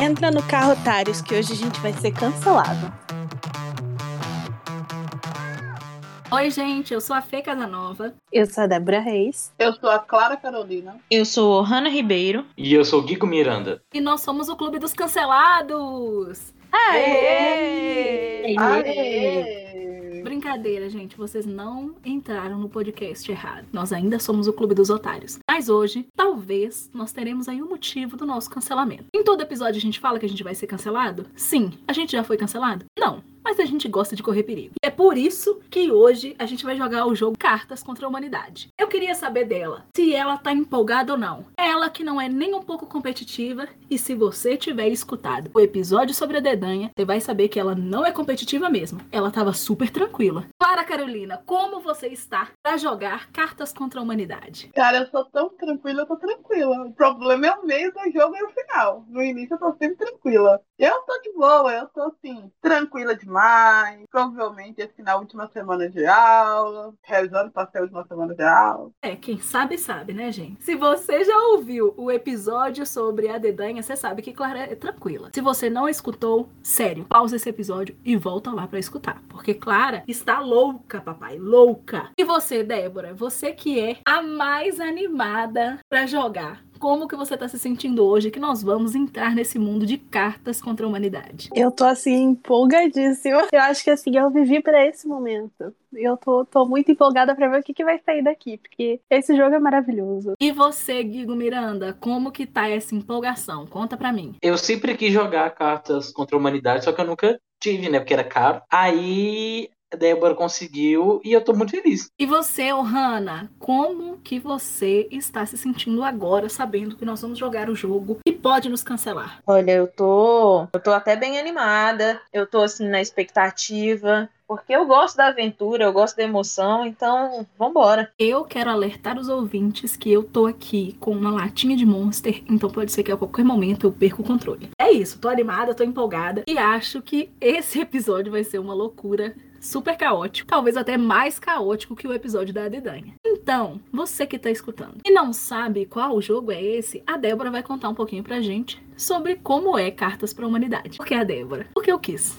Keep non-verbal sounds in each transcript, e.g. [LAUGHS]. Entra no carro, otários, que hoje a gente vai ser cancelado. Oi, gente, eu sou a Fê Casanova. Eu sou a Débora Reis. Eu sou a Clara Carolina. Eu sou Hanna Ribeiro. E eu sou o Guico Miranda. E nós somos o Clube dos Cancelados! Aê! Brincadeira, gente, vocês não entraram no podcast errado. Nós ainda somos o Clube dos Otários. Mas hoje, talvez, nós teremos aí o motivo do nosso cancelamento. Em todo episódio a gente fala que a gente vai ser cancelado? Sim. A gente já foi cancelado? Não. Mas a gente gosta de correr perigo. E é por isso que hoje a gente vai jogar o jogo Cartas contra a Humanidade. Eu queria saber dela se ela tá empolgada ou não. Ela que não é nem um pouco competitiva. E se você tiver escutado o episódio sobre a dedanha, você vai saber que ela não é competitiva mesmo. Ela tava super tranquila. Clara Carolina, como você está pra jogar Cartas contra a Humanidade? Cara, eu sou tão tranquila, eu tô tranquila. O problema é o meio do jogo e o final. No início eu tô sempre tranquila. Eu tô de boa, eu tô assim, tranquila demais. Provavelmente esse na última semana de aula, rezando pra ser a última semana de aula. É, quem sabe, sabe, né, gente? Se você já ouviu o episódio sobre a dedanha, você sabe que Clara é tranquila. Se você não escutou, sério, pausa esse episódio e volta lá pra escutar. Porque Clara está louca, papai, louca. E você, Débora, você que é a mais animada pra jogar. Como que você tá se sentindo hoje que nós vamos entrar nesse mundo de cartas contra a humanidade? Eu tô assim empolgadíssima. Eu acho que assim, eu vivi pra esse momento. Eu tô, tô muito empolgada pra ver o que, que vai sair daqui, porque esse jogo é maravilhoso. E você, Guigo Miranda, como que tá essa empolgação? Conta pra mim. Eu sempre quis jogar cartas contra a humanidade, só que eu nunca tive, né? Porque era caro. Aí a Débora conseguiu e eu tô muito feliz. E você, ô Hannah, como que você está se sentindo agora, sabendo que nós vamos jogar o jogo e pode nos cancelar? Olha, eu tô. Eu tô até bem animada. Eu tô assim na expectativa. Porque eu gosto da aventura, eu gosto da emoção, então vambora. Eu quero alertar os ouvintes que eu tô aqui com uma latinha de Monster, então pode ser que a qualquer momento eu perca o controle. É isso, tô animada, tô empolgada e acho que esse episódio vai ser uma loucura super caótico, talvez até mais caótico que o episódio da Dedanha. Então, você que tá escutando e não sabe qual jogo é esse, a Débora vai contar um pouquinho pra gente sobre como é Cartas pra Humanidade. Por que a Débora? Porque eu quis.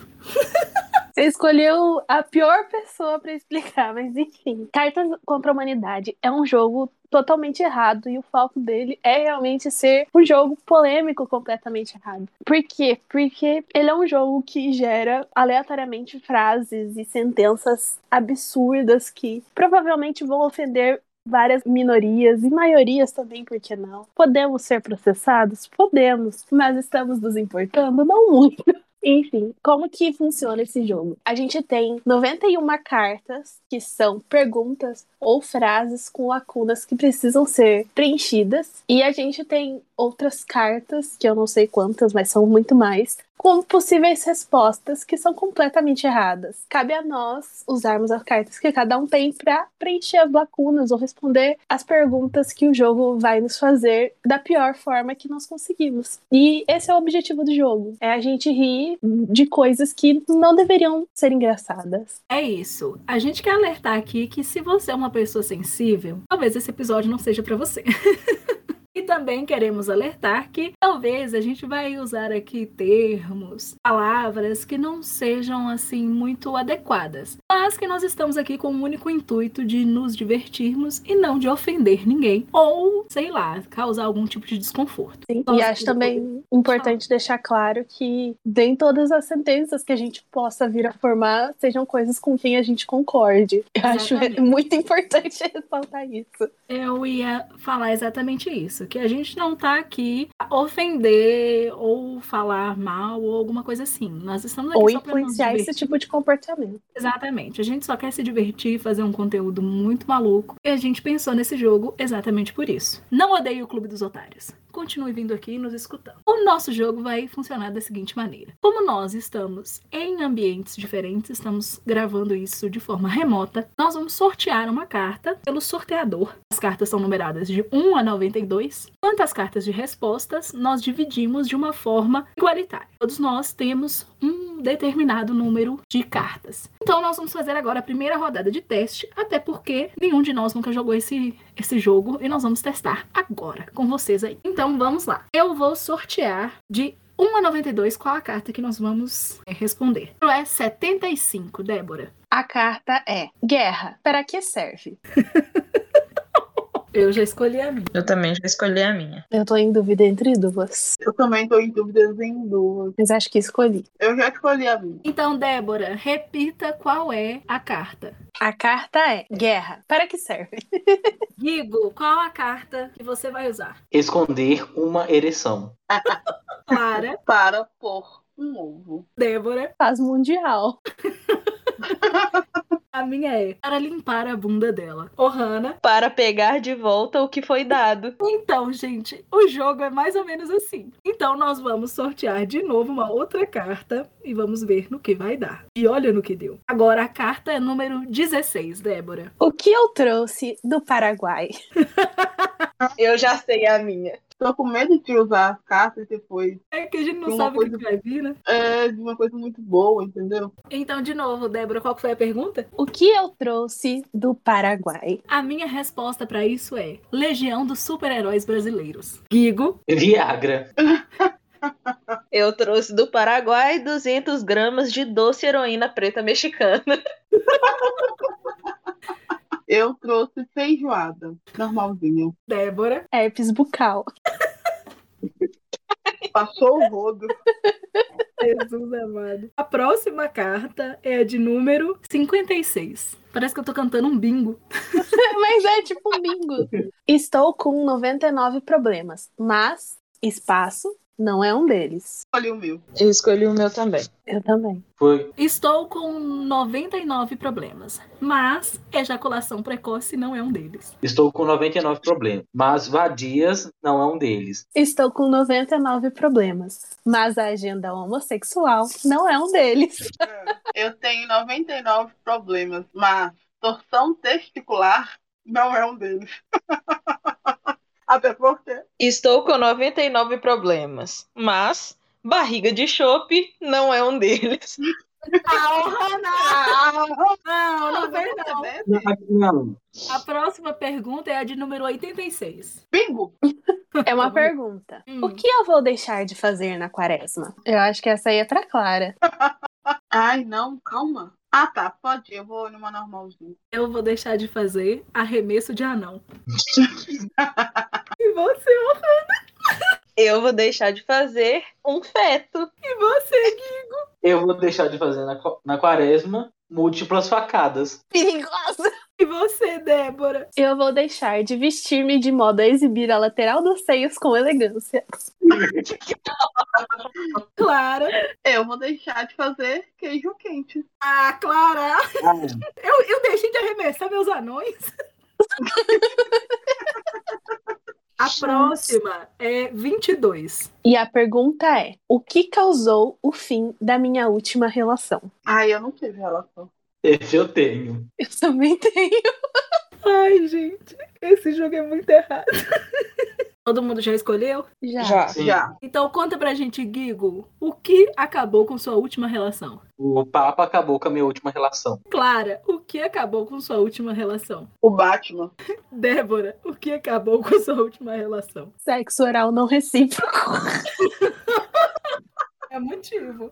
Você escolheu a pior pessoa pra explicar, [LAUGHS] mas enfim. Cartas contra a Humanidade é um jogo totalmente errado e o foco dele é realmente ser um jogo polêmico completamente errado. Por quê? Porque ele é um jogo que gera aleatoriamente frases e sentenças absurdas que provavelmente vão ofender várias minorias e maiorias também, por que não? Podemos ser processados? Podemos, mas estamos nos importando não muito. Enfim, como que funciona esse jogo? A gente tem 91 cartas, que são perguntas ou frases com lacunas que precisam ser preenchidas, e a gente tem outras cartas, que eu não sei quantas, mas são muito mais, com possíveis respostas que são completamente erradas. Cabe a nós usarmos as cartas que cada um tem para preencher as lacunas ou responder as perguntas que o jogo vai nos fazer da pior forma que nós conseguimos. E esse é o objetivo do jogo: é a gente rir de coisas que não deveriam ser engraçadas. É isso. A gente quer alertar aqui que se você é uma pessoa sensível, talvez esse episódio não seja para você. [LAUGHS] E também queremos alertar que talvez a gente vai usar aqui termos, palavras que não sejam assim muito adequadas, mas que nós estamos aqui com o único intuito de nos divertirmos e não de ofender ninguém ou, sei lá, causar algum tipo de desconforto. Sim, Nós e acho também importante deixar claro que nem todas as sentenças que a gente possa vir a formar sejam coisas com quem a gente concorde. Eu acho Exatamente. muito importante [LAUGHS] ressaltar isso. Eu ia falar exatamente isso, que a gente não tá aqui a ofender ou falar mal ou alguma coisa assim. Nós estamos aqui Ou só pra nos influenciar esse divertir. tipo de comportamento. Exatamente. A gente só quer se divertir, fazer um conteúdo muito maluco. E a gente pensou nesse jogo exatamente por isso. Não odeie o Clube dos Otários. Continue vindo aqui e nos escutando. O nosso jogo vai funcionar da seguinte maneira: como nós estamos em ambientes diferentes, estamos gravando isso de forma remota, nós vamos sortear uma carta pelo sorteador. As cartas são numeradas de 1 a 92. Quantas cartas de respostas nós dividimos de uma forma igualitária? Todos nós temos um determinado número de cartas. Então nós vamos fazer agora a primeira rodada de teste, até porque nenhum de nós nunca jogou esse, esse jogo e nós vamos testar agora com vocês aí. Então vamos lá. Eu vou sortear de 1 a 92, qual a carta que nós vamos é, responder? É 75, Débora. A carta é Guerra. Para que serve? Eu já escolhi a minha. Eu também já escolhi a minha. Eu tô em dúvida entre duas. Eu também tô em dúvidas em duas. Mas acho que escolhi. Eu já escolhi a minha. Então, Débora, repita qual é a carta. A carta é Guerra. Para que serve? Guigo, qual a carta que você vai usar? Esconder uma ereção. Clara, [LAUGHS] Para pôr um ovo. Débora, Paz mundial. a minha é para limpar a bunda dela. Ô, Hannah. Para pegar de volta o que foi dado. Então, gente, o jogo é mais ou menos assim. Então, nós vamos sortear de novo uma outra carta e vamos ver no que vai dar. E olha no que deu. Agora, a carta é número 16, Débora. O que eu trouxe do Paraguai? Eu já sei a minha. Tô com medo de usar as cartas depois É que a gente não Uma sabe o que coisa- vai vir, né? é, de uma coisa muito boa, entendeu? Então, de novo, Débora, qual que foi a pergunta? O que eu trouxe do Paraguai? A minha resposta pra isso é Legião dos Super-Heróis Brasileiros. Gigo, Viagra. Eu trouxe do Paraguai 200 gramas de doce heroína preta mexicana. Eu trouxe feijoada, normalzinha. Débora, Herpes bucal. [LAUGHS] Passou o rodo. [LAUGHS] Jesus amado. A próxima carta é a de número 56. Parece que eu tô cantando um bingo. Mas é tipo um bingo. Estou com 99 problemas, mas espaço não é um deles. Escolhi o meu. Eu escolhi o meu também. Eu também. Foi. Estou com 99 problemas, mas ejaculação precoce não é um deles. Estou com 99 problemas. Mas vadias não é um deles. Estou com 99 problemas, mas a agenda homossexual não é um [LAUGHS] deles. Eu tenho 99 problemas, mas torção testicular não é um deles. [LAUGHS] Até porque Estou com 99 problemas, mas barriga de chope não é um deles. Não, não vem não. Não, não. A próxima pergunta é a de número 86. Bingo! É uma pergunta. Hum. O que eu vou deixar de fazer na quaresma? Eu acho que essa aí é pra [LAUGHS] Clara. Ai, não, calma. Ah, tá, pode ir, eu vou numa normalzinha. Eu vou deixar de fazer arremesso de anão. e você, ó, Eu vou deixar de fazer um feto. e você? Eu vou deixar de fazer na, qua- na quaresma múltiplas facadas. Perigosa! E você, Débora? Eu vou deixar de vestir-me de modo a exibir a lateral dos seios com elegância. Clara? Eu vou deixar de fazer queijo quente. Ah, Clara! Ah, Eu, eu deixei de arremessar meus [LAUGHS] anões. A próxima é 22. E a pergunta é: o que causou o fim da minha última relação? Ai, eu não tive relação. esse eu tenho. Eu também tenho. Ai, gente, esse jogo é muito errado. [LAUGHS] Todo mundo já escolheu? Já. Sim. Já. Então conta pra gente, Gigo, o que acabou com sua última relação? O Papa acabou com a minha última relação. Clara, o que acabou com sua última relação? O Batman. Débora, o que acabou com sua última relação? Sexo oral não recíproco. É motivo.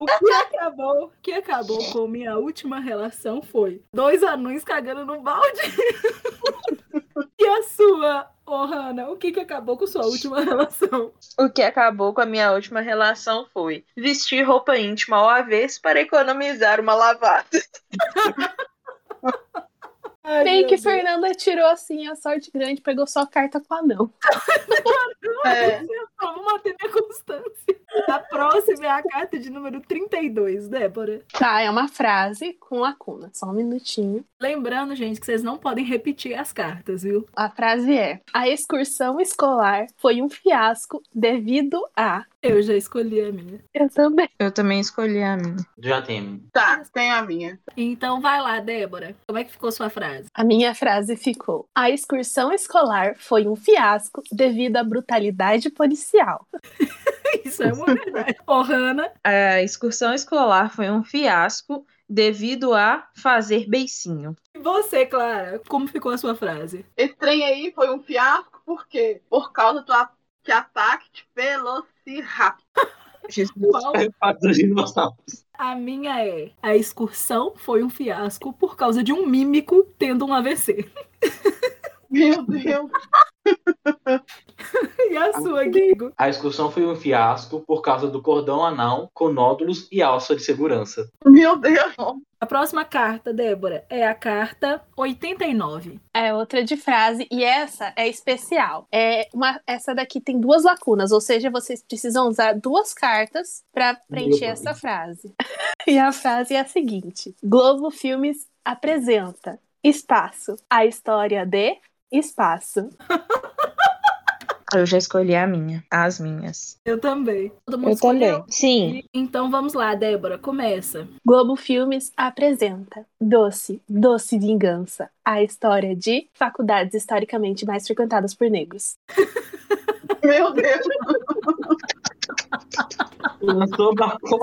O que acabou, o que acabou com minha última relação foi dois anões cagando no balde. [LAUGHS] E a sua, ô Hannah, o que, que acabou com sua última relação? O que acabou com a minha última relação foi vestir roupa íntima ao avesso para economizar uma lavada. Ai, Bem meu que Deus. Fernanda tirou assim a sorte grande, pegou só a carta com anão. É, Só vou manter minha constância. A próxima é a carta de número 32, Débora. Tá, é uma frase com lacuna. Só um minutinho. Lembrando, gente, que vocês não podem repetir as cartas, viu? A frase é: A excursão escolar foi um fiasco devido a. Eu já escolhi a minha. Eu também. Eu também escolhi a minha. Já tenho. [LAUGHS] tá, tem a minha. Então vai lá, Débora. Como é que ficou sua frase? [LAUGHS] A minha frase ficou: A excursão escolar foi um fiasco devido à brutalidade policial. Isso é uma verdade. Ô, Hannah, A excursão escolar foi um fiasco devido a fazer beicinho. e você, Clara? Como ficou a sua frase? Esse trem aí foi um fiasco, por quê? Por causa do a- de ataque de Velociraptor. Jesus. Qual Fatos dinossauros. A minha é: a excursão foi um fiasco por causa de um mímico tendo um AVC. Meu Deus. E a sua, Guigo? A excursão foi um fiasco por causa do cordão anal com nódulos e alça de [LAUGHS] segurança. Meu Deus. A próxima carta, Débora, é a carta 89. É outra de frase, e essa é especial. É uma, essa daqui tem duas lacunas, ou seja, vocês precisam usar duas cartas pra preencher Meu essa frase. [LAUGHS] e a frase é a seguinte: Globo Filmes apresenta Espaço, a história de Espaço. Eu já escolhi a minha. As minhas. Eu também. Todo mundo Eu escolheu? também. Sim. Então vamos lá, Débora, começa. Globo Filmes apresenta Doce, Doce Vingança, a história de faculdades historicamente mais frequentadas por negros. Meu Deus. Lançou Marcou.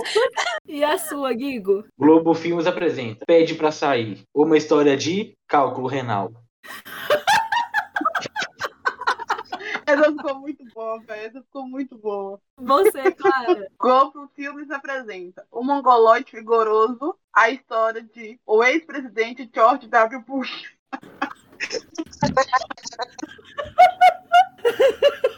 E a sua, Guigo? Globo Filmes apresenta Pede pra sair. Uma história de cálculo renal. Essa ficou muito boa, velho. Essa ficou muito boa. Você, Clara. Globo Filmes apresenta o mongoloide vigoroso, a história de o ex-presidente George W. Bush.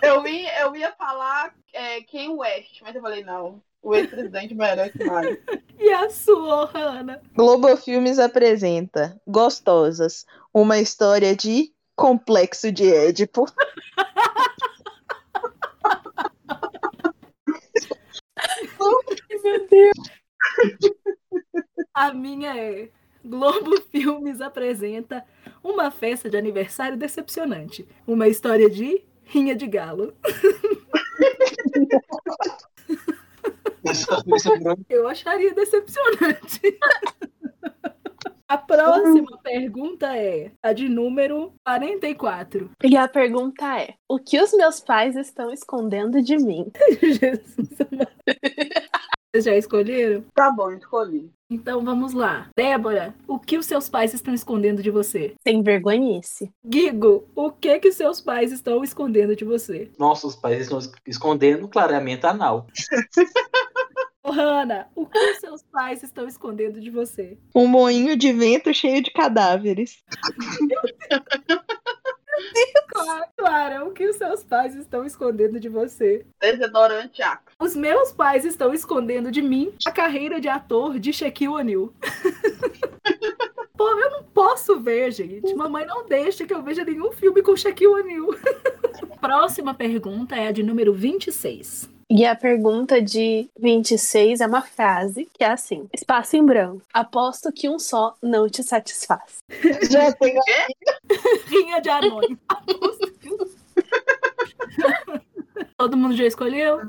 eu, ia, eu ia falar é, Ken West, mas eu falei, não. O ex-presidente merece mais. E a sua, Hanna? Globo Filmes apresenta Gostosas, uma história de complexo de Édipo. A minha é. Globo Filmes apresenta uma festa de aniversário decepcionante. Uma história de rinha de galo. Essa foi sobre Eu acharia decepcionante. [LAUGHS] A próxima pergunta é a de número 44. E a pergunta é: o que os meus pais estão escondendo de mim? Jesus amado. Vocês já escolheram? Tá bom, escolhi. Então vamos lá. Débora, o que os seus pais estão escondendo de você? Sem vergonhice. Guigo, o que que os seus pais estão escondendo de você? Nossos pais estão es- escondendo clareamento anal. Hanna, o que os seus pais estão escondendo de você? Um moinho de vento cheio de cadáveres. Clara, Clara, é o que os seus pais estão escondendo de você? Desodorante Axe. Os meus pais estão escondendo de mim a carreira de ator de Shaquille O'Neal. [LAUGHS] Pô, eu não posso ver, gente. Mamãe não deixa que eu veja nenhum filme com Shaquille O'Neal. [LAUGHS] Próxima pergunta é a de número 26. E a pergunta de 26 é uma frase que é assim: espaço em branco. Aposto que um só não te satisfaz. Já tem Rinha de anões. Todo mundo já escolheu?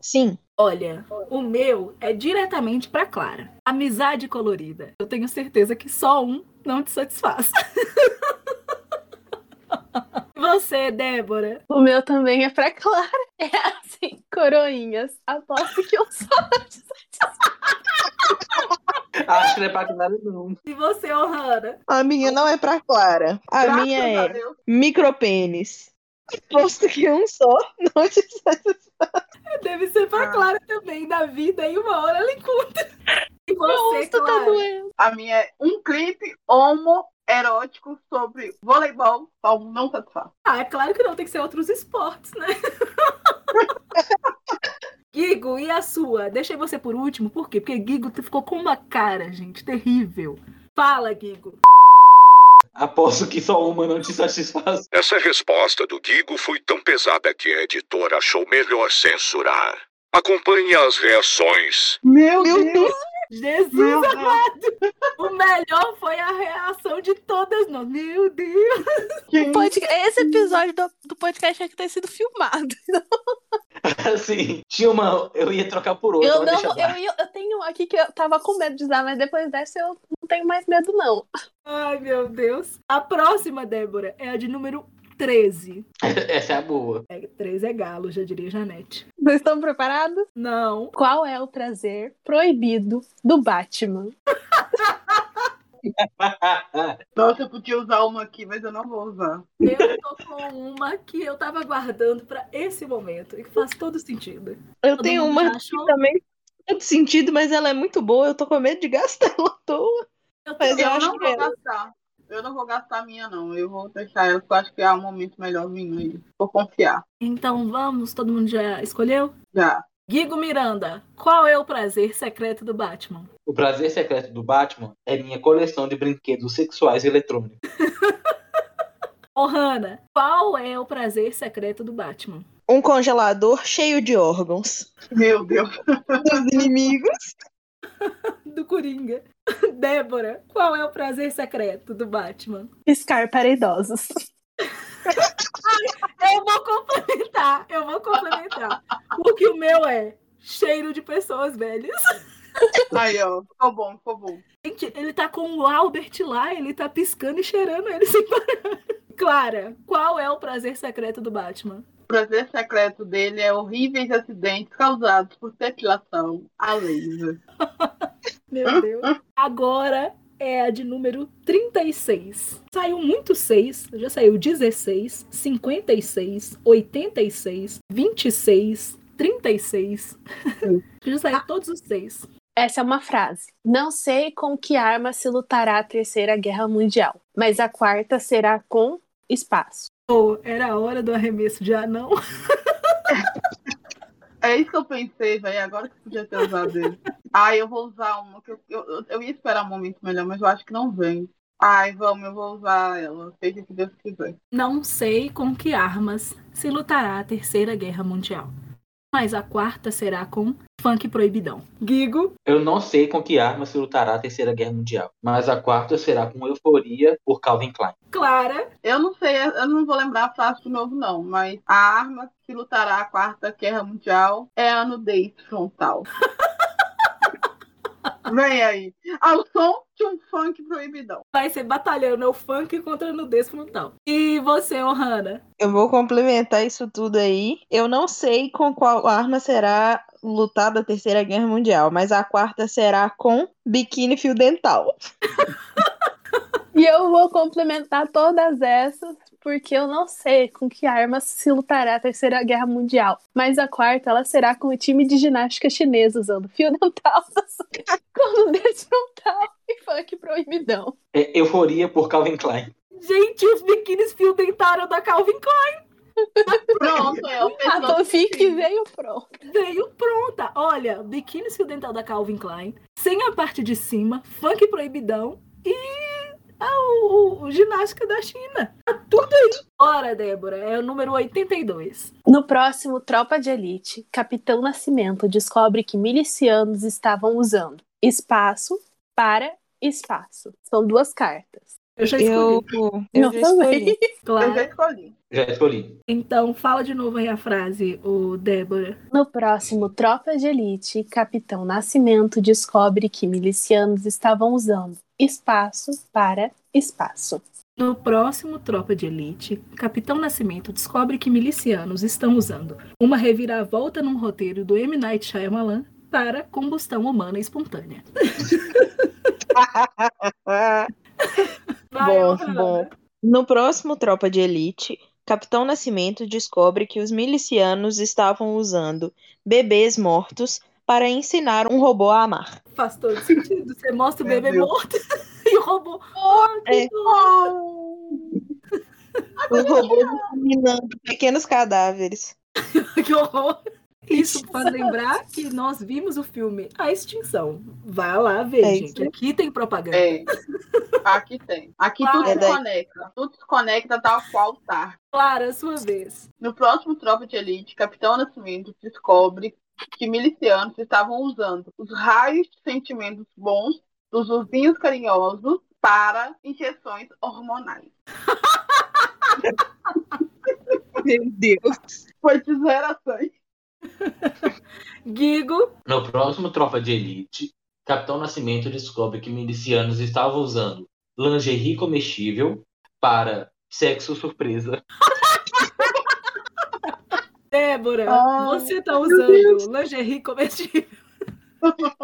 Sim. Olha, o meu é diretamente pra Clara. Amizade colorida. Eu tenho certeza que só um não te satisfaz. [LAUGHS] Você, Débora. O meu também é pra Clara. [LAUGHS] É assim: coroinhas. Aposto que um só não te satisfaz. Acho que não é pra nada, não. E você, Ohana. A minha não é pra Clara. A Graças minha a é Deus. micropênis. Posto que um só não te satisfaz. Deve ser pra Ah. Clara também. Na vida, em uma hora ela encontra. E você, Nossa, tá Clara. doendo. A minha é um clipe homoerótico sobre voleibol, só um não satisfaz. Ah, é claro que não. Tem que ser outros esportes, né? [LAUGHS] Gigo, e a sua? Deixei você por último. Por quê? Porque Gigo ficou com uma cara, gente. Terrível. Fala, Gigo. Aposto que só uma não te satisfaz. [LAUGHS] Essa resposta do Guigo foi tão pesada que a editora achou melhor censurar. Acompanhe as reações. Meu, Meu Deus. Deus. Jesus Meu Deus. O melhor foi a reação de todas nós. Meu Deus! Gente, Pod- Esse episódio do, do podcast é que tem sido filmado. Assim, tinha uma. Eu ia trocar por outra. Eu, mas não, deixa lá. eu, ia- eu tenho aqui que eu tava com medo de usar, mas depois dessa eu não tenho mais medo, não. [LAUGHS] Ai, meu Deus. A próxima, Débora, é a de número 13. Essa é a boa. [LAUGHS] É, 13 é galo, já diria Janete. Vocês estão preparados? Não. Qual é o prazer proibido do Batman? Nossa, eu podia usar uma aqui, mas eu não vou usar. Eu tô com uma que eu tava guardando pra esse momento e que faz todo sentido. Eu Todo tenho mundo uma já achou? que também todo sentido, mas ela é muito boa. Eu tô com medo de gastar [LAUGHS] ela à toa. Eu tô- Mas eu, Eu, acho não que vou é. gastar. Eu não vou gastar a minha, não. Eu vou deixar ela, porque eu acho que é um momento melhor minha aí. Vou confiar. Então vamos, todo mundo já escolheu? Já. Guigo Miranda, qual é o prazer secreto do Batman? O Prazer Secreto do Batman é minha coleção de brinquedos sexuais eletrônicos. Ô, Hannah, qual é o prazer secreto do Batman? um congelador cheio de órgãos Meu [LAUGHS] Deus. dos inimigos. Do Coringa. [LAUGHS] Débora, qual é o prazer secreto do Batman? Piscar para idosos. Eu vou complementar, eu vou complementar. Porque o meu é cheiro de pessoas velhas. Aí, ó. Ficou bom, ficou bom. Gente, ele tá com o Albert lá, ele tá piscando e cheirando ele sem parar. Clara, qual é o prazer secreto do Batman? O prazer secreto dele é horríveis acidentes causados por depilação a laser. Meu Deus. Agora é a de número 36. Saiu muito 6, já saiu 16, 56, 86, 26, 36. Hum. já saiu todos os seis. Essa é uma frase. Não sei com que arma se lutará a Terceira Guerra Mundial, mas a quarta será com espaço. Pô, era a hora do arremesso de anão. É isso que eu pensei, velho. Agora que podia ter usado ele. Ai, eu vou usar uma. Que eu, eu, eu ia esperar um momento melhor, mas eu acho que não vem. Ai, vamos, eu vou usar ela. Seja o que Deus quiser. Não sei com que armas se lutará a Terceira Guerra Mundial, mas a quarta será com funk proibidão. Guigo, Eu não sei com que arma se lutará a Terceira Guerra Mundial, mas a quarta será com euforia por Calvin Klein. Clara, Eu não sei, eu não vou lembrar a frase de novo, não, mas a arma que lutará a Quarta Guerra Mundial é a nudez frontal. Vem aí. Ao som de um funk proibidão. vai ser batalhando é o funk contra a nudez frontal. E você, Ohana? Eu vou complementar isso tudo aí. Eu não sei com qual arma será lutada a Terceira Guerra Mundial, mas a quarta será com biquíni fio dental. E eu vou complementar todas essas, porque eu não sei com que arma se lutará a Terceira Guerra Mundial, mas a quarta ela será com o time de ginástica chinesa usando fio [LAUGHS] dental, quando desfrontal e funk proibidão. É euforia por Calvin Klein. Gente, os biquínis fio dentário da Calvin Klein Pronto, é o A fanfic veio pronto. veio pronta. Olha, biquínis fio dental da Calvin Klein, sem a parte de cima, funk proibidão e a, o, o ginástica da China. Tá tudo aí. Bora, Débora, é o número 82. No próximo Tropa de Elite, Capitão Nascimento descobre que milicianos estavam usando espaço para espaço. São duas cartas. Eu já escolhi. Eu, eu já escolhi. Eu já Claro. escolhi. Já escolhi. Então, fala de novo aí a frase, o Débora. No próximo Tropa de Elite, Capitão Nascimento descobre que milicianos estavam usando espaço para espaço. No próximo Tropa de Elite, Capitão Nascimento descobre que milicianos estão usando uma reviravolta num roteiro do M. Night Shyamalan para combustão humana espontânea. Ah. Bom, Ana. bom. No próximo Tropa de Elite, Capitão Nascimento descobre que os milicianos estavam usando bebês mortos para ensinar um robô a amar. Faz todo sentido. Você mostra o Meu bebê Deus. morto [LAUGHS] e o robô. Oh, que É. dor. Os robôs dominando pequenos cadáveres. Que horror! Isso faz lembrar que nós vimos o filme A Extinção. Vá lá ver, É gente. Aqui tem propaganda. É. Aqui tem. Aqui tudo Claro. se conecta. Tudo se conecta tal qual tá. Clara, sua vez. No próximo Tropa de Elite, Capitão Nascimento descobre que milicianos estavam usando os raios de sentimentos bons dos ursinhos carinhosos para injeções hormonais. Meu Deus. Foi de zero a cem. Guigo, No próximo Tropa de Elite, Capitão Nascimento descobre que milicianos estavam usando lingerie comestível para sexo surpresa. Débora, Ah, Ah, você tá usando lingerie comestível.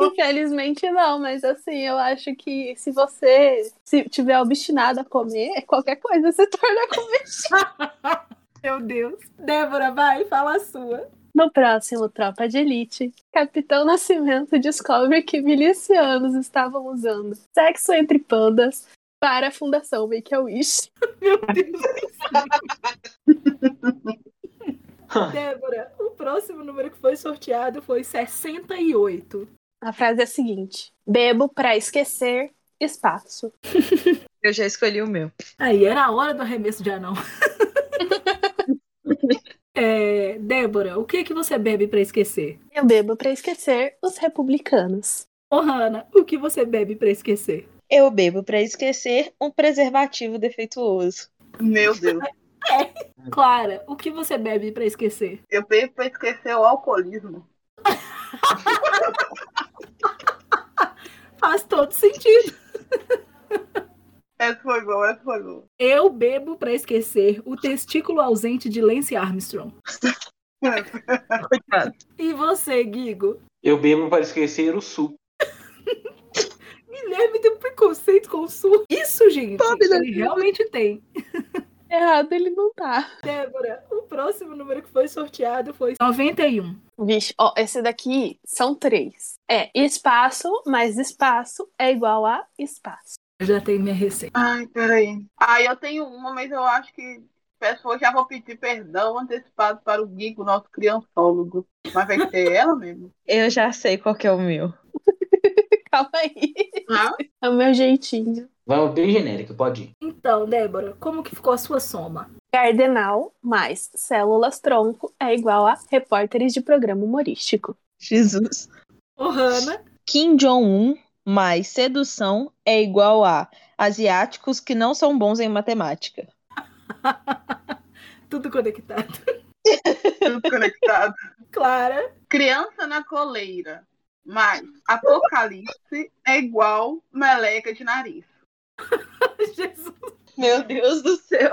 Infelizmente não, mas assim, eu acho que se você se tiver obstinada a comer, qualquer coisa se [LAUGHS] torna comestível. Meu Deus. Débora, vai, fala a sua. No próximo Tropa de Elite, Capitão Nascimento descobre que milicianos estavam usando sexo entre pandas para a Fundação Make-A-Wish. Meu Deus. Débora, o próximo número que foi sorteado foi 68. A frase é a seguinte: Bebo para esquecer espaço. Eu já escolhi o meu. Aí, era a hora do arremesso de anão. [LAUGHS] É, Débora, o que que você bebe pra esquecer? Eu bebo para esquecer os republicanos. Ô, Hanna, o que você bebe pra esquecer? Eu bebo pra esquecer um preservativo defeituoso. Meu Deus. Clara, o que você bebe pra esquecer? Eu veio pra esquecer o alcoolismo. Faz todo sentido. Essa foi boa, essa foi boa. Eu bebo pra esquecer o testículo ausente de Lance Armstrong. Coitado. E você, Guigo? Eu bebo para esquecer o suco. Guilherme tem um preconceito com o sul. Isso, gente, Pobre da ele realmente tem. Errado ele não tá. Débora, o próximo número que foi sorteado foi 91. Vixe, ó, esse daqui são três. É espaço mais espaço é igual a espaço. [LAUGHS] Eu já tenho minha receita. Ai, peraí. Ah, eu tenho uma, mas eu acho que pessoas já vão pedir perdão antecipado para o Guigo, nosso criançólogo. Mas vai ser ela mesmo. Eu já sei qual que é o meu. Calma aí. Ah, É o meu jeitinho. Vai uma bem genérica, pode ir. Então, Débora, como que ficou a sua soma? Cardenal mais células tronco é igual a repórteres de programa humorístico. Jesus. Ô, Hanna, Kim Jong-un mais sedução é igual a asiáticos que não são bons em matemática. [LAUGHS] tudo conectado. tudo conectado. Clara, [LAUGHS] Criança na coleira. Mas apocalipse é igual meleca de nariz. Jesus. Meu Deus do céu.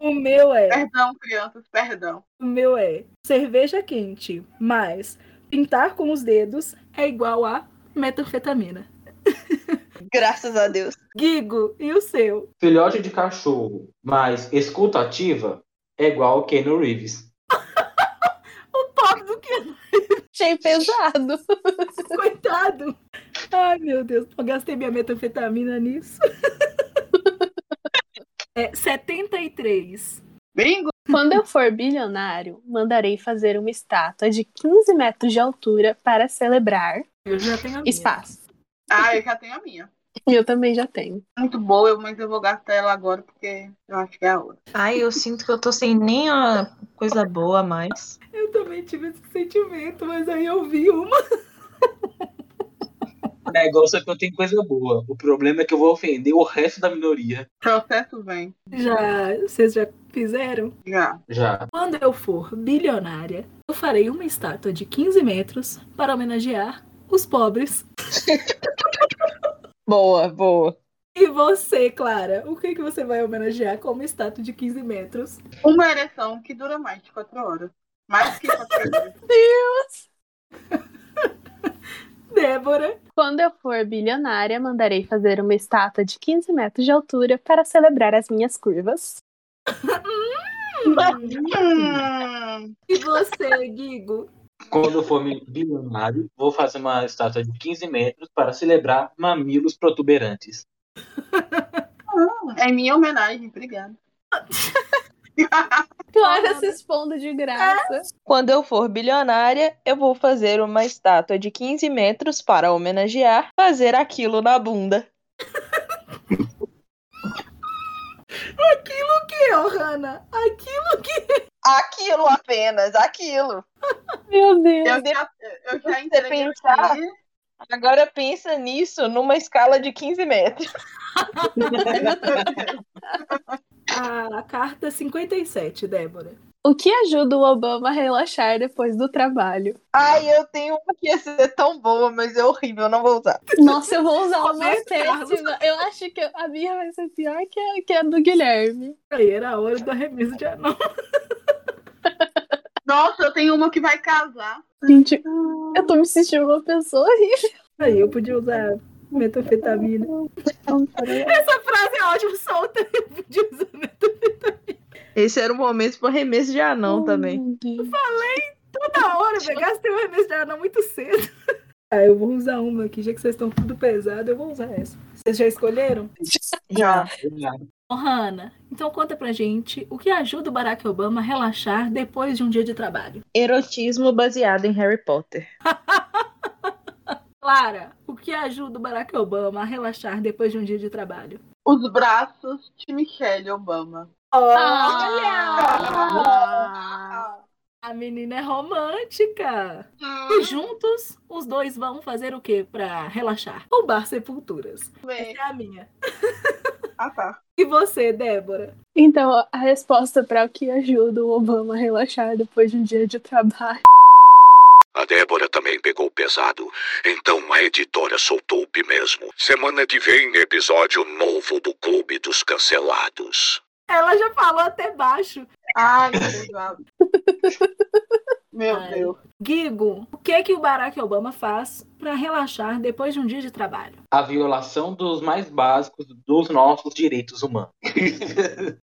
O meu é, Perdão, crianças, perdão. o meu é cerveja quente mais pintar com os dedos é igual a metanfetamina. Graças a Deus. Guigo, e o seu? Filhote de cachorro mais escuta ativa é igual ao Keanu Reeves. O pobre [LAUGHS] do que? Achei pesado. [LAUGHS] Coitado. Ai, meu Deus, eu gastei minha metanfetamina nisso. [LAUGHS] É 73. Bingo! Quando eu for bilionário, mandarei fazer uma estátua de 15 metros de altura para celebrar Eu já tenho a minha. espaço. Ah, eu já tenho a minha. Eu também já tenho. Muito boa, eu- mas eu vou gastar ela agora porque eu acho que é a hora. Ai, eu sinto que eu tô sem nem a coisa boa a mais. Eu também tive esse sentimento, mas aí eu vi uma. O negócio é que eu tenho coisa boa. O problema é que eu vou ofender o resto da minoria. Processo vem. Já, vocês já fizeram? Já. Já. Quando eu for bilionária, eu farei uma estátua de 15 metros para homenagear os pobres. Boa, boa. E você, Clara, o que, que você vai homenagear como estátua de 15 metros? Uma ereção que dura mais de quatro horas. Mais que quatro horas. Débora, Quando eu for bilionária, mandarei fazer uma estátua de 15 metros de altura para celebrar as minhas curvas. Hum, e você, Guigo? Quando eu for mi- bilionário, vou fazer uma estátua de 15 metros para celebrar mamilos protuberantes. é minha homenagem, obrigada. Clara se expondo de graça. Quando eu for bilionária, eu vou fazer uma estátua de 15 metros para homenagear fazer aquilo na bunda. Aquilo que eu, Hanna? Aquilo que. Aquilo apenas, aquilo. Meu Deus. Eu já, eu já Você entrei pensar. aqui. Agora pensa nisso numa escala de 15 metros. Ah, A carta 57, Débora. O que ajuda o Obama a relaxar depois do trabalho? Ai, eu tenho uma que ia ser tão boa, mas é horrível, não vou usar. Nossa, eu vou usar uma Roberto Carlos. péssima. Eu acho que a minha vai ser pior que a, que a do Guilherme. Aí era a hora do arremesso de anão. Nossa, eu tenho uma que vai casar. Gente, Eu tô me sentindo uma pessoa horrível. Aí eu podia usar metafetamina. Essa frase é ótima, solta. Eu podia usar metafetamina. Esse era o momento pro arremesso de anão também. Toda hora, velho. Gastei o remédio de anão muito cedo. [LAUGHS] Ah, eu vou usar uma aqui, já que vocês estão tudo pesado, eu vou usar essa. Vocês já escolheram? Já. Ô, Hannah, então conta pra gente o que ajuda o Barack Obama a relaxar depois de um dia de trabalho. Erotismo baseado em Harry Potter. Clara, o que ajuda o Barack Obama a relaxar depois de um dia de trabalho? Os braços de Michelle Obama. Ah. A menina é romântica! E juntos, os dois vão fazer o quê pra relaxar? Roubar sepulturas. Bem, É a minha. ah, tá. E você, Débora? Então, a resposta pra o que ajuda o Obama a relaxar depois de um dia de trabalho. A Débora também pegou pesado, então a editora soltou o mesmo. Semana que vem, episódio novo do Clube dos Cancelados. Ela já falou até baixo. Ai, que pesado. Meu Ai. Deus. Guigo, o que que o Barack Obama faz pra relaxar depois de um dia de trabalho? A violação dos mais básicos dos nossos direitos humanos.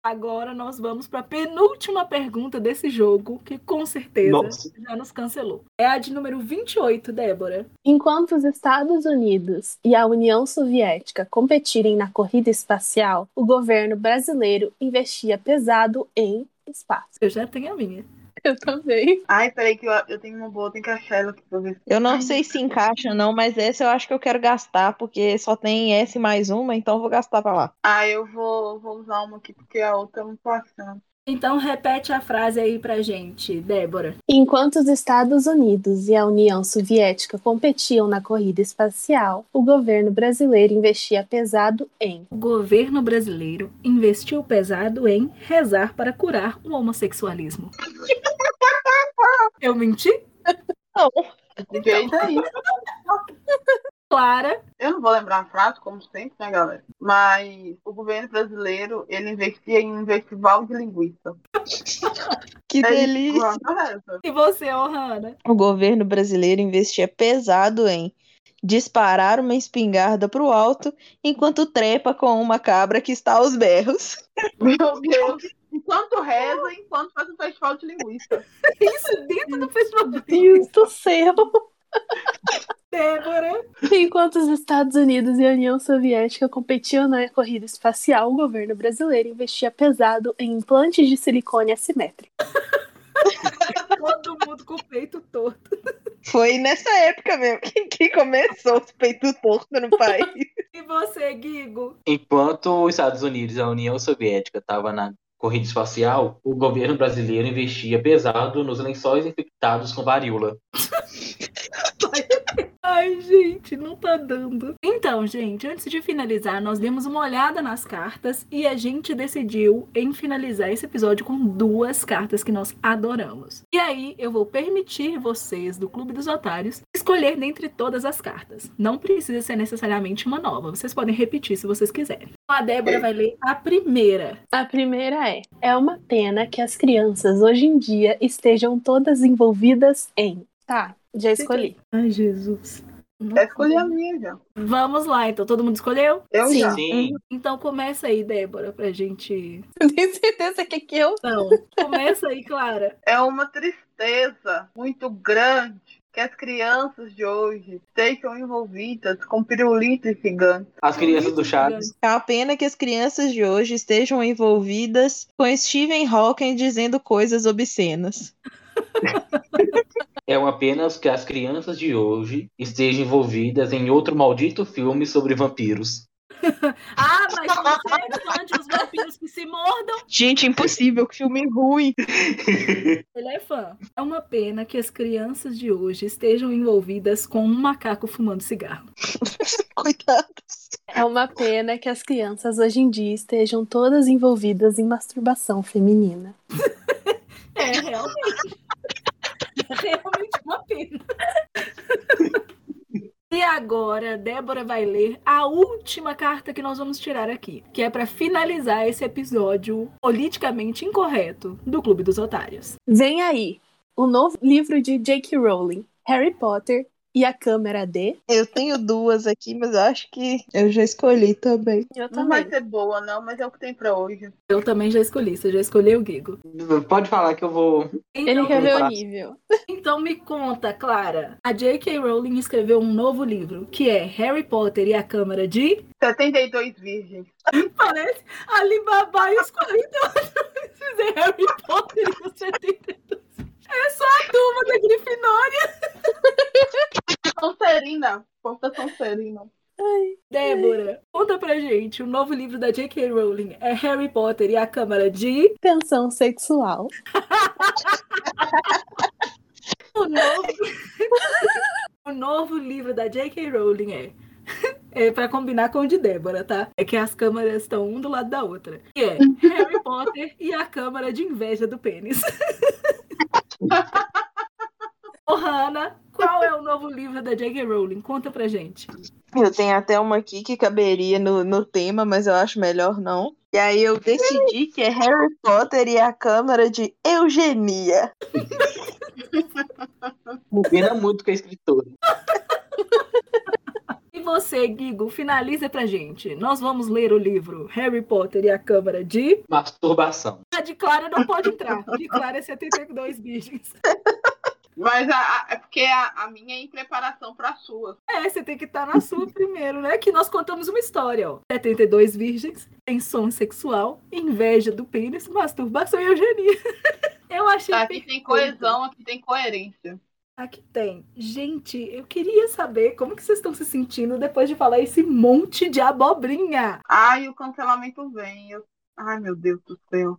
Agora nós vamos pra penúltima pergunta desse jogo, que com certeza Nossa. já nos cancelou. É a de número 28, Débora. Enquanto os Estados Unidos e a União Soviética competirem na corrida espacial, o governo brasileiro investia pesado em espaço. Eu já tenho a minha. Eu também. Ai, peraí, que eu, eu tenho uma boa, tem que achar ela aqui pra ver. Eu não sei se encaixa, não, mas essa eu acho que eu quero gastar, porque só tem S mais uma, então eu vou gastar pra lá. Ah, eu vou, vou usar uma aqui porque a outra eu não tô achando. Então repete a frase aí pra gente, Débora. Enquanto os Estados Unidos e a União Soviética competiam na corrida espacial, o governo brasileiro investia pesado em. O governo brasileiro investiu pesado em rezar para curar o homossexualismo. Eu menti? Não, Jeito aí. Clara, Eu não vou lembrar a frase, como sempre, né, galera? Mas o governo brasileiro, ele investia em um festival de linguiça. que É isso, delícia! pronto, é essa. e você, Ohana? O governo brasileiro investia pesado em disparar uma espingarda pro alto enquanto trepa com uma cabra que está aos berros. [LAUGHS] Meu Deus. Enquanto reza, enquanto faz um festival de linguiça. Isso dentro do festival. Deus do céu! Débora, Enquanto os Estados Unidos e a União Soviética competiam na corrida espacial, o governo brasileiro investia pesado em implantes de silicone assimétrico. todo mundo com o peito torto. Foi nessa época mesmo [LAUGHS] que, que começou o peito torto no país. [LAUGHS] E você, Guigo? Enquanto os Estados Unidos e a União Soviética estavam na corrida espacial, o governo brasileiro investia pesado nos lençóis infectados com varíola. Ai, gente, não tá dando. Então, gente, antes de finalizar, nós demos uma olhada nas cartas e a gente decidiu em finalizar esse episódio com duas cartas que nós adoramos. E aí, eu vou permitir vocês do Clube dos Otários escolher dentre todas as cartas. Não precisa ser necessariamente uma nova, vocês podem repetir se vocês quiserem. Então, A Débora vai ler a primeira. A primeira é: é uma pena que as crianças hoje em dia estejam todas envolvidas em. Tá, já escolhi. Ai, Jesus. Já escolhi a É minha, já. Vamos lá, então. Todo mundo escolheu? Eu Sim. já. Sim, Então começa aí, Débora, pra gente. Eu tenho certeza que é que eu. Então, começa aí, Clara. É uma tristeza muito grande que as crianças de hoje estejam envolvidas com pirulitos gigantes. as crianças do Chaves. É uma pena que as crianças de hoje estejam envolvidas com Stephen Hawking dizendo coisas obscenas. É uma pena que as crianças de hoje estejam envolvidas em outro maldito filme sobre vampiros. Ah, mas você é fã de os vampiros que se mordam? Gente, é impossível, que filme ruim. Ele é fã. É uma pena que as crianças de hoje estejam envolvidas com um macaco fumando cigarro. Coitado. É uma pena que as crianças hoje em dia estejam todas envolvidas em masturbação feminina. É, realmente. É realmente uma pena. E agora, Débora vai ler a última carta que nós vamos tirar aqui, que é pra finalizar esse episódio politicamente incorreto do Clube dos Otários. Vem aí, o novo livro de J.K. Rowling. Harry Potter e a Câmara D. Eu tenho duas aqui, mas eu acho que eu já escolhi também. Eu Não também. vai ser boa, não, mas é o que tem pra hoje. Eu também já escolhi, você já escolheu o Gigo. Pode falar que eu vou Ele Então, revelou o comprar. nível. então me conta, Clara. A J.K. Rowling escreveu um novo livro, que é Harry Potter e a Câmara de... 72 virgens. Parece Alibaba e os 48 Dizem Harry Potter e os 72. É só a turma da Grifinória. Sonserina. Porta Sonserina. Débora, conta pra gente. O novo livro da J.K. Rowling é Harry Potter e a Câmara de... Tensão sexual. O novo, o novo livro da J.K. Rowling é. [LAUGHS] É pra combinar com o de Débora, tá? É que as câmaras estão um do lado da outra. Que é Harry Potter e a Câmara de Inveja do Pênis. [LAUGHS] Ô, Hannah, qual é o novo livro da J.K. Rowling? Conta pra gente. Eu tenho até uma aqui que caberia no, no tema, mas eu acho melhor não. E aí eu decidi que é Harry Potter e a Câmara de Eugenia. Combina muito com a escritora. E você, Gigo, finaliza pra gente. Nós vamos ler o livro Harry Potter e a Câmara de. Masturbação. A de Clara não pode entrar. De Clara é 72 virgens. Mas a, a- é porque a, a minha é em preparação pra sua. É, você tem que estar na sua primeiro, né? Que nós contamos uma história, ó. 72 virgens, tensão sexual, inveja do pênis, masturbação e eugenia. [LAUGHS] Eu achei Tá, Aqui tem perfeito. coesão, aqui tem coerência. Aqui tem. Gente, eu queria saber como que vocês estão se sentindo depois de falar esse monte de abobrinha. Ai, o cancelamento vem. Eu... Ai, meu Deus do céu.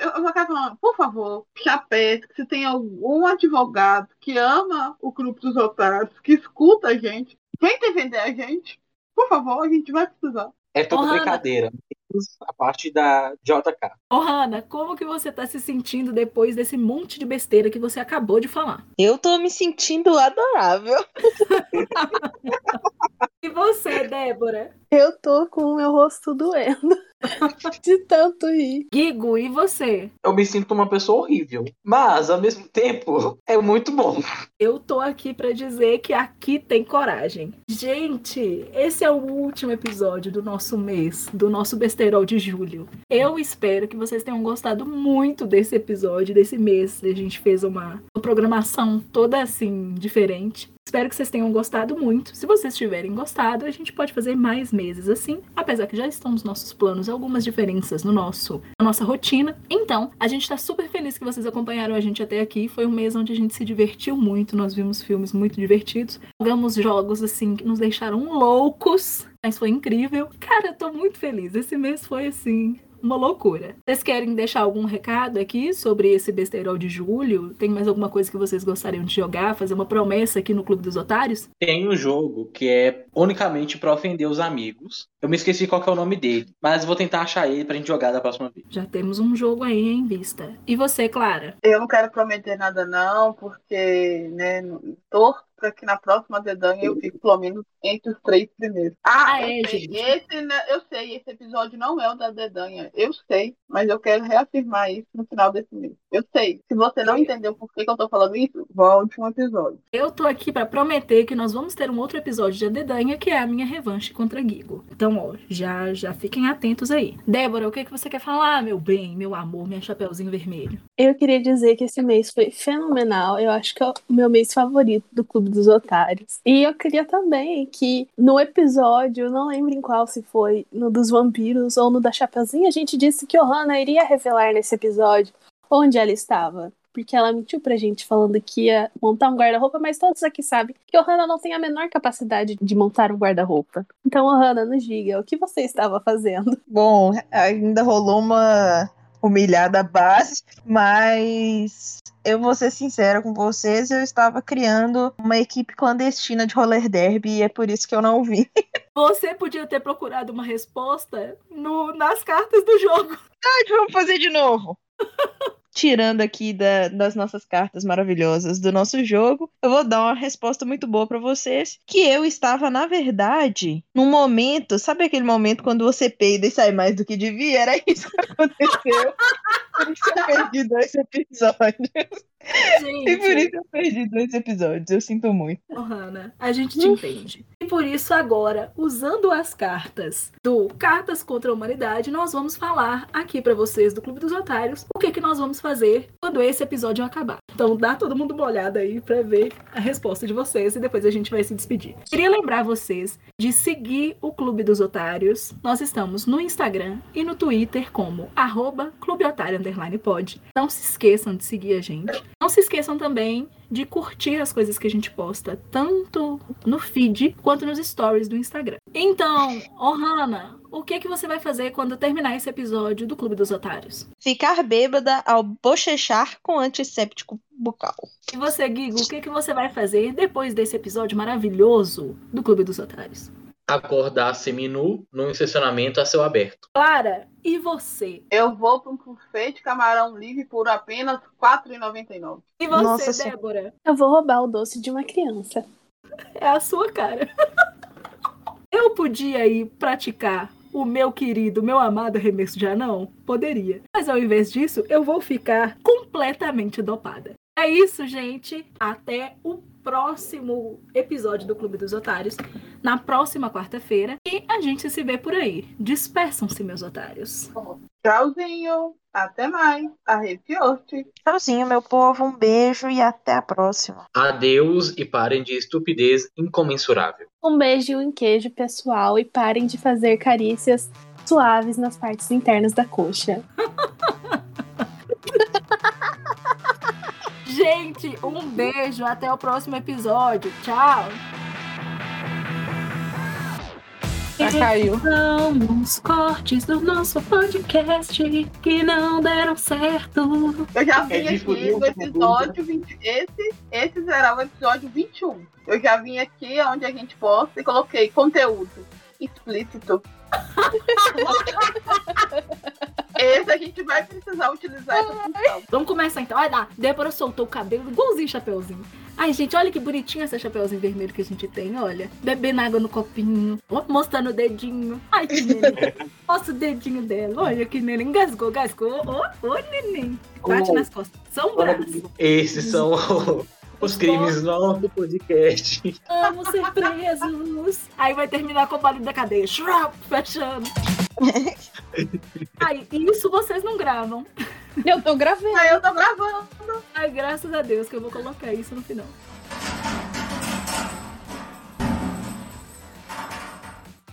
Eu, eu vou quero falar, por favor, chapéu, se tem algum advogado que ama o grupo dos otários, que escuta a gente, vem defender a gente. Por favor, a gente vai precisar. É tudo Porra, brincadeira. A parte da JK. Ô, Hanna, como que você tá se sentindo depois desse monte de besteira que você acabou de falar? Eu tô me sentindo adorável. E você, Débora? Eu tô com o meu rosto doendo. [LAUGHS] De tanto rir. Gigo, e você? Eu me sinto uma pessoa horrível. Mas, ao mesmo tempo, é muito bom. Eu tô aqui pra dizer que aqui tem coragem. Gente, esse é o último episódio do nosso mês, do nosso besterol de julho. Eu espero que vocês tenham gostado muito desse episódio, desse mês. A gente fez uma, uma programação toda assim, diferente. Espero que vocês tenham gostado muito. Se vocês tiverem gostado, a gente pode fazer mais meses assim, apesar que já estão nos nossos planos algumas diferenças no nosso, na nossa rotina. Então, a gente tá super feliz que vocês acompanharam a gente até aqui. Foi um mês onde a gente se divertiu muito, nós vimos filmes muito divertidos, jogamos jogos assim que nos deixaram loucos, mas foi incrível. Cara, eu tô muito feliz. Esse mês foi assim, uma loucura. Vocês querem deixar algum recado aqui sobre esse besterol de julho? Tem mais alguma coisa que vocês gostariam de jogar? Fazer uma promessa aqui no Clube dos Otários? Tem um jogo que é unicamente pra ofender os amigos. Eu me esqueci qual que é o nome dele, mas vou tentar achar ele pra gente jogar da próxima vez. Já temos um jogo aí em vista. E você, Clara? Eu não quero prometer nada, não, porque, né, não- torço para que na próxima dedanha eu fique pelo menos entre os três primeiros. Ah, Ah, eu é, sei, gente. Esse, né, eu sei, esse episódio não é o da dedanha. Eu sei, mas eu quero reafirmar isso no final desse mês. Eu sei. Se você não entendeu por que, que eu tô falando isso, volte um episódio. Eu tô aqui pra prometer que nós vamos ter um outro episódio de Adedanha, que é a minha revanche contra Guigo. Então, ó, já, já fiquem atentos aí. Débora, o que, que você quer falar, meu bem, meu amor, minha chapeuzinho vermelho? Eu queria dizer que esse mês foi fenomenal. Eu acho que é o meu mês favorito do Clube dos Otários. E eu queria também que no episódio, eu não lembro em qual se foi, no dos vampiros ou no da Chapeuzinha, a gente disse que Ohana iria revelar nesse episódio onde ela estava. Porque ela mentiu pra gente falando que ia montar um guarda-roupa, mas todos aqui sabem que Ohana não tem a menor capacidade de montar um guarda-roupa. Então, Ohana, nos diga, o que você estava fazendo? Bom, ainda rolou uma humilhada base, mas eu vou ser sincera com vocês, eu estava criando uma equipe clandestina de roller derby e é por isso que eu não vi. Você podia ter procurado uma resposta no- nas cartas do jogo. Vamos fazer de novo. tirando aqui da- das nossas cartas maravilhosas do nosso jogo, eu vou dar uma resposta muito boa pra vocês, que eu estava, na verdade, num momento, sabe aquele momento quando você peida e sai mais do que devia? Era isso que [LAUGHS] aconteceu. Por isso eu perdi dois episódios. [LAUGHS] E por Gente, isso eu perdi dois episódios. Eu sinto muito. Ohana, né? a gente te entende. E por isso, agora, usando as cartas do Cartas contra a Humanidade, nós vamos falar aqui pra vocês do Clube dos Otários o que, que nós vamos fazer quando esse episódio acabar. Então, dá todo mundo uma olhada aí pra ver a resposta de vocês e depois a gente vai se despedir. Queria lembrar vocês de seguir o Clube dos Otários. Nós estamos no Instagram e no Twitter como arroba clubeotário_pod. Não se esqueçam de seguir a gente. Não se esqueçam também de curtir as coisas que a gente posta, tanto no feed quanto nos stories do Instagram. Então, Ohana, o que que você vai fazer quando terminar esse episódio do Clube dos Otários? Ficar bêbada ao bochechar com antisséptico bucal. E você, Gigo, o que que você vai fazer depois desse episódio maravilhoso do Clube dos Otários? Acordar seminu num estacionamento a céu aberto. Clara, e você? Eu vou para um buffet de camarão livre por apenas R$ 4,99. E você, Nossa Senhora. Débora? Eu vou roubar o doce de uma criança. [LAUGHS] É a sua cara. Eu podia ir praticar o meu querido, meu amado arremesso de anão? Poderia. Mas ao invés disso, eu vou ficar completamente dopada. É isso, gente. Até o próximo episódio do Clube dos Otários, na próxima quarta-feira. E a gente se vê por aí. Dispersam-se, meus otários. Tchauzinho, até mais. Arrepiou-te. Tchauzinho, meu povo. Um beijo e até a próxima. Adeus e parem de estupidez incomensurável. Um beijo e um queijo, pessoal, e parem de fazer carícias suaves nas partes internas da coxa. Gente, um beijo. Até o próximo episódio. Tchau. Já caiu. São os cortes do nosso podcast que não deram certo. Eu já vim É aqui discutível, no episódio 20. Esse, esse será o episódio 21. Eu já vim aqui onde a gente posta e coloquei conteúdo explícito. esse a gente vai precisar utilizar essa função. Vamos começar então. Olha lá, Débora soltou o cabelo igualzinho chapeuzinho. Ai, gente, olha que bonitinho esse chapeuzinho vermelho que a gente tem, olha. Bebendo água no copinho, ó, mostrando o dedinho. Ai, que [LAUGHS] neném. Mostra o dedinho dela, olha que neném. Engasgou, gasgou. Ô, ô, neném. Bate Ô, nas costas. um São braços. Esses são os crimes novos do podcast. Amo ser presos. Aí vai terminar com o barulho da cadeia. Shrap, fechando. Aí, isso vocês não gravam. Eu tô gravando. Aí eu tô gravando. Ai, graças a Deus que eu vou colocar isso no final.